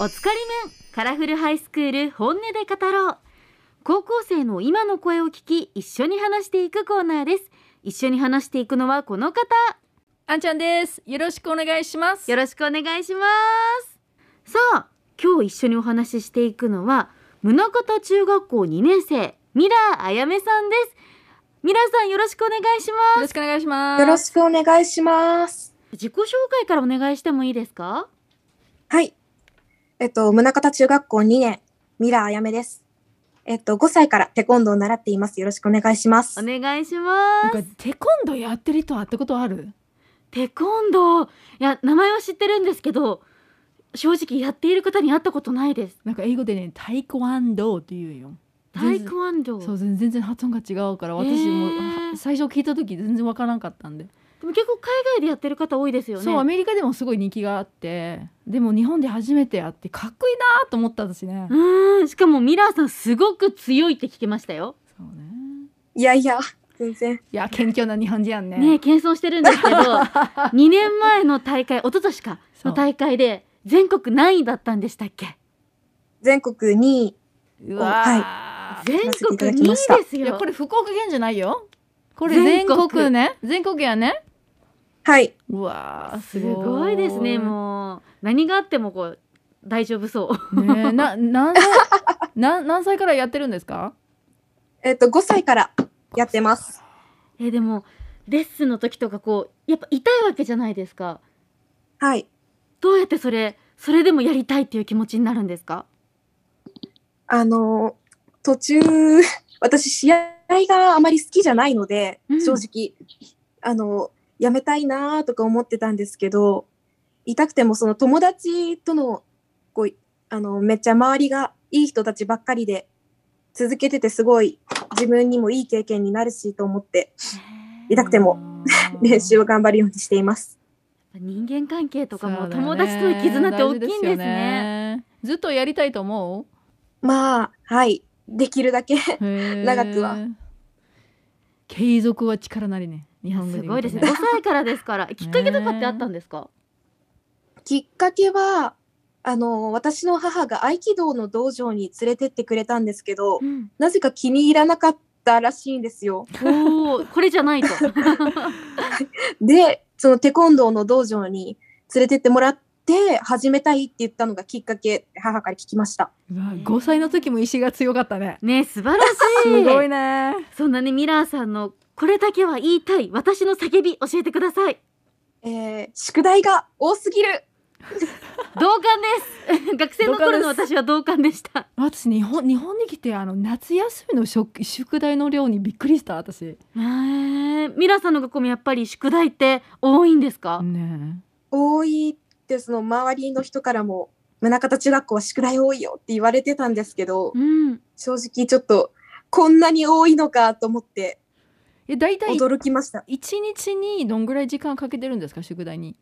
おつかりめんカラフルハイスクール本音で語ろう高校生の今の声を聞き一緒に話していくコーナーです一緒に話していくのはこの方あんちゃんです。よろしくお願いします。よろしくお願いしますさあ今日一緒にお話ししていくのは宗像中学校2年生ミラーあやめさんですミラーさんよろしくお願いしますよろしくお願いします。よろしくお願いします。自己紹介からお願いしてもいいですかはい。えっと、宗像中学校2年、ミラーあやめです。えっと、5歳からテコンドーを習っています。よろしくお願いしますお。願いしますなんかテコンドーやってる人はってことある？テコンドーいや名前は知ってるんですけど正直やっている方に会ったことないですなんか英語でね、タイコワンドーって言うよ。タイコワンドーそう全然発音が違うから、私も、へーは最初聞いた時全然わからんかったんで。でも結構海外でやってる方多いですよねそうアメリカでもすごい人気があって、でも日本で初めてやってかっこいいなと思った私ね。うーんしかもミラーさんすごく強いって聞きましたよそうね。いやいや、全然。いや謙虚な日本人やんね。ねえ謙遜してるんですけ ど2年前の大会一昨年かそうの大会で全国何位だったんでしたっけ全国2位。うわー全国2位いですいよやこれ福岡県じゃないよ。これ全全国国ね。全国やね。はい。うわーすごいですねもう何があってもこう大丈夫そううねえな 何歳な何歳からやってるんですかえっと、5歳からやってます。えでもレッスンの時とかこうやっぱ痛いわけじゃないですかはい。どうやってそれそれでもやりたいっていう気持ちになるんですかあの、途中、 私、試合があまり好きじゃないので、うん正直、あの、やめたいなーとか思ってたんですけど、痛くてもその友達との、こう、あの、めっちゃ周りがいい人たちばっかりで、続けててすごい自分にもいい経験になるしと思って、痛くても練習を頑張るようにしています。人間関係とかそもうだよね友達との絆って大きいんですね大事よねずっとやりたいと思まあ、はい。できるだけ。うへー長くは継続は力なりね日本語すで言うとごいですね5歳からですからきっかけとかってあったんですかきっかけは、あの、私の母が合気道の道場に連れてってくれたんですけど、うんなぜか気に入らなかったらしいんですよ。おーこれじゃないと で、そのテコンドーの道場に連れてってもらって、始めたいって言ったのがきっかけ、母から聞きました。うわ5歳の時も石が強かったねねえ素晴らしすいごいねそんなねミラーさんのこれだけは言いたい私の叫び教えてくださいえー、宿題が多すぎる同感です 学生の頃の同感で私は同感でした私日本日本に来てあの夏休みの宿宿題の量にびっくりした私へえミラーさんの学校もやっぱり宿題って多いんですか、ね多いって、その周りの人からも、宗像中学校は宿題多いよって言われてたんですけど、うん、正直ちょっと、こんなに多いのかと思ってええ大体驚きました。一日にどんぐらい時間かけてるんですか宿題に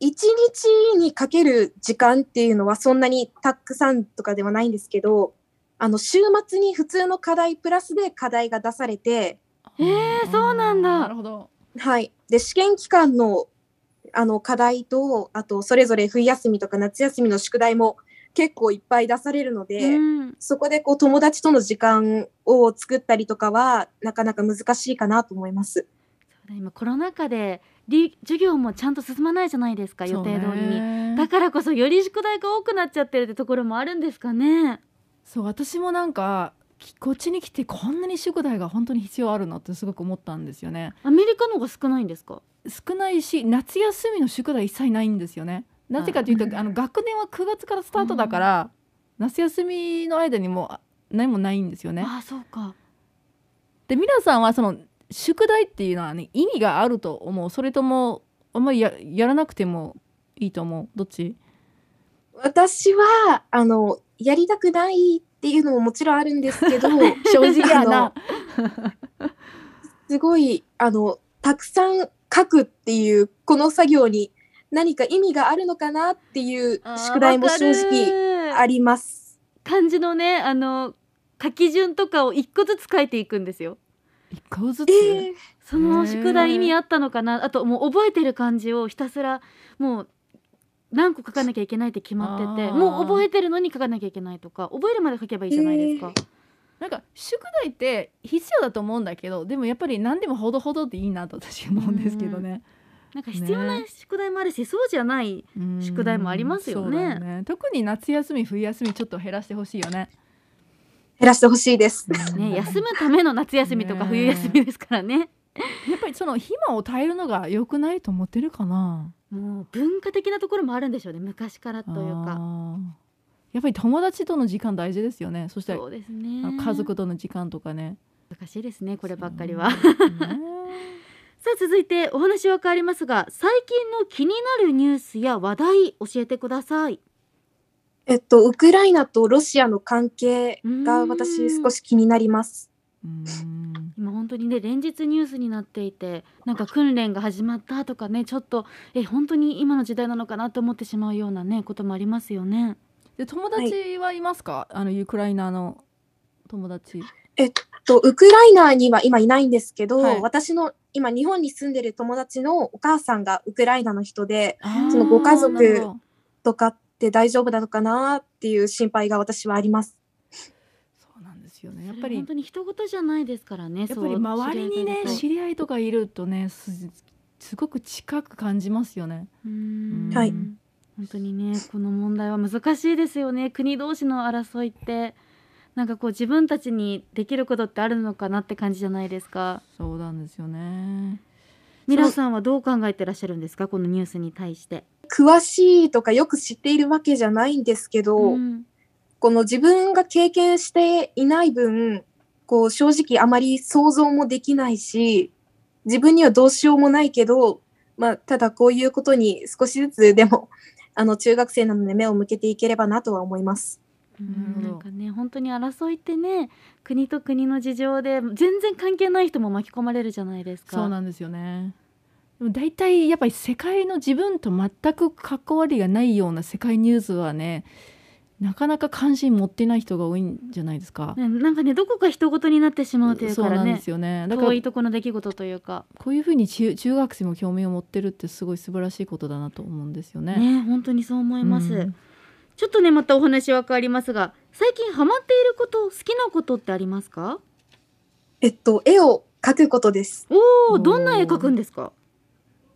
一日にかける時間っていうのはそんなにたくさんとかではないんですけど、あの、週末に普通の課題プラスで課題が出されて、えーそうなんだあーなるほどはい。で、試験期間の、あの、課題と、あと、それぞれ冬休みとか夏休みの宿題も結構いっぱい出されるので、うんそこでこう、友達との時間を作ったりとかは、なかなか難しいかなと思います。そうだ今コロナ禍でり授業もちゃんと進まないじゃないですか予定通りに、だにからこそより宿題が多くなっちゃってるってところもあるんですかねそう私もなんかきこっちに来てこんなに宿題が本当に必要あるなってすごく思ったんですよねアメリカの方が少ないんですか少ないし夏休みの宿題一切ないんですよねなぜかというとあの学年は9月からスタートだから、夏休みの間にもうあ何もないんですよねああそうかで皆さんはその宿題っていうのはね意味があると思うそれともあんまりややらなくてもいいと思うどっ ち私は、あの、やりたくないっていうのももちろんあるんです けど、正直やなすごい、あの、たくさん書くっていう、この作業に何か意味があるのかなっていう宿題も正直直あります。漢字のねあの書き順とかを一個ずつ書いていくんですよ一個ずつ、えーそのへー宿題意味あったのかなあともう覚えてる漢字をひたすらもう何個書かなきゃいけないって決まっててあーもう覚えてるのに書かなきゃいけないとか覚えるまで書けばいいじゃないですか、なんか宿題って必要だと思うんだけどでもやっぱり何でもほどほどっていいなと私は思うんですけどね。なんか必要な宿題もあるし、そうじゃないうん宿題もありますよねそうだ特に夏休み冬休みちょっと減らしてほしいよね。減らしてほしいです。ね休むための夏休みとかねえ冬休みですからねやっぱりその暇を耐えるのが良くないと思ってるかな。もう文化的なところもあるんでしょうね昔からというかあーやっぱり友達との時間大事ですよね。そしてそうですねあの家族との時間とかね。難しいですねこればっかりはさそうね。あ続いてお話は変わりますが最近の気になるニュースや話題教えてくださいえっと、ウクライナとロシアの関係うがん私少し気になります。うん今本当にね連日ニュースになっていてなんか訓練が始まったとかねちょっとえ本当に今の時代なのかなと思ってしまうようなねこともありますよねで友達はいますか？あのウクライナの友達。とウクライナには今いないんですけど、はい私の今日本に住んでる友達のお母さんがウクライナの人であーそのご家族なるほどとかって大丈夫なのかなっていう心配が私はあります。そうなんですよね。ややっっぱぱりり本当に人事じゃないですからねやっぱりそう周りにね知り合いがいると知り合いとかいるとねすすごく近く感じますよね。うーんはい本当にねこの問題は難しいですよね国同士の争いってなんかこう自分たちにできることってあるのかなって感じじゃないですかそうなんですよね。ミラさんはどう考えてらっしゃるんですかこのニュースに対して詳しいとかよく知っているわけじゃないんですけど、うんこの自分が経験していない分、こう正直あまり想像もできないし、自分にはどうしようもないけど、まあ、ただこういうことに少しずつでも、 あの中学生なので目を向けていければなとは思います。うんなるほどなんかね本当に争いってね国と国の事情で全然関係ない人も巻き込まれるじゃないですかそうなんですよね。でも大体やっぱり世界の自分と全く関わりがないような世界ニュースはねなかなか関心持ってない人が多いんじゃないですか。ねなんかねどこか人事になってしまうというそうからなんでねすよね。だから遠いとこの出来事というかこういうふうに中中学生も興味を持ってるってすごい素晴らしいことだなと思うんですよね。ね本当にそう思います、うんちょっとねまたお話は変わりますが最近ハマっていること好きなことってありますかえっと、絵を描くことです。おおおーどんな絵描くんですか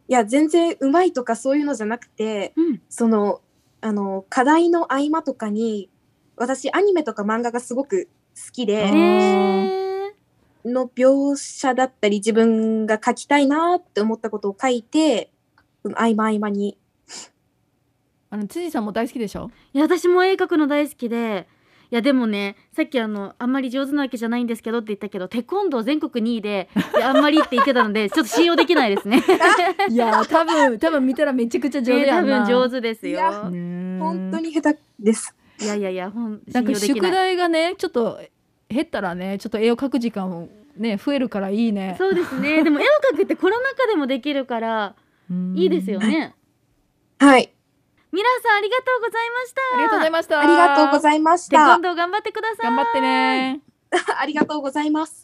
いや、全然うまいとかそういうのじゃなくて、うんその、あの、課題の合間とかに、私アニメとか漫画がすごく好きで、あーへーの描写だったり自分が書きたいなって思ったことを書いてその合間合間にあの辻さんも大好きでしょ。いや私も絵描くの大好きでいやでもねさっきあのあんまり上手なわけじゃないんですけどって言ったけどテコンドー全国2位でいやあんまりって言ってたの でちょっと信用できないですねいやー多分多分見たらめちゃくち ゃ上手ねや多んな。分上手ですよいや本当に。に下手です。いやいやいやほんな信ん用かで宿きない題がねちょっと減ったらねちょっと絵を描く時間もね増えるからいいね。そうですねでも絵を描くってコロナ禍でもできるからうんいいですよ。ねはい、ミラさんありがとうございましたありがとうございました。ありがとうごいざいましテコたン。ドー頑張ってください頑張ってね。ありがとうございます。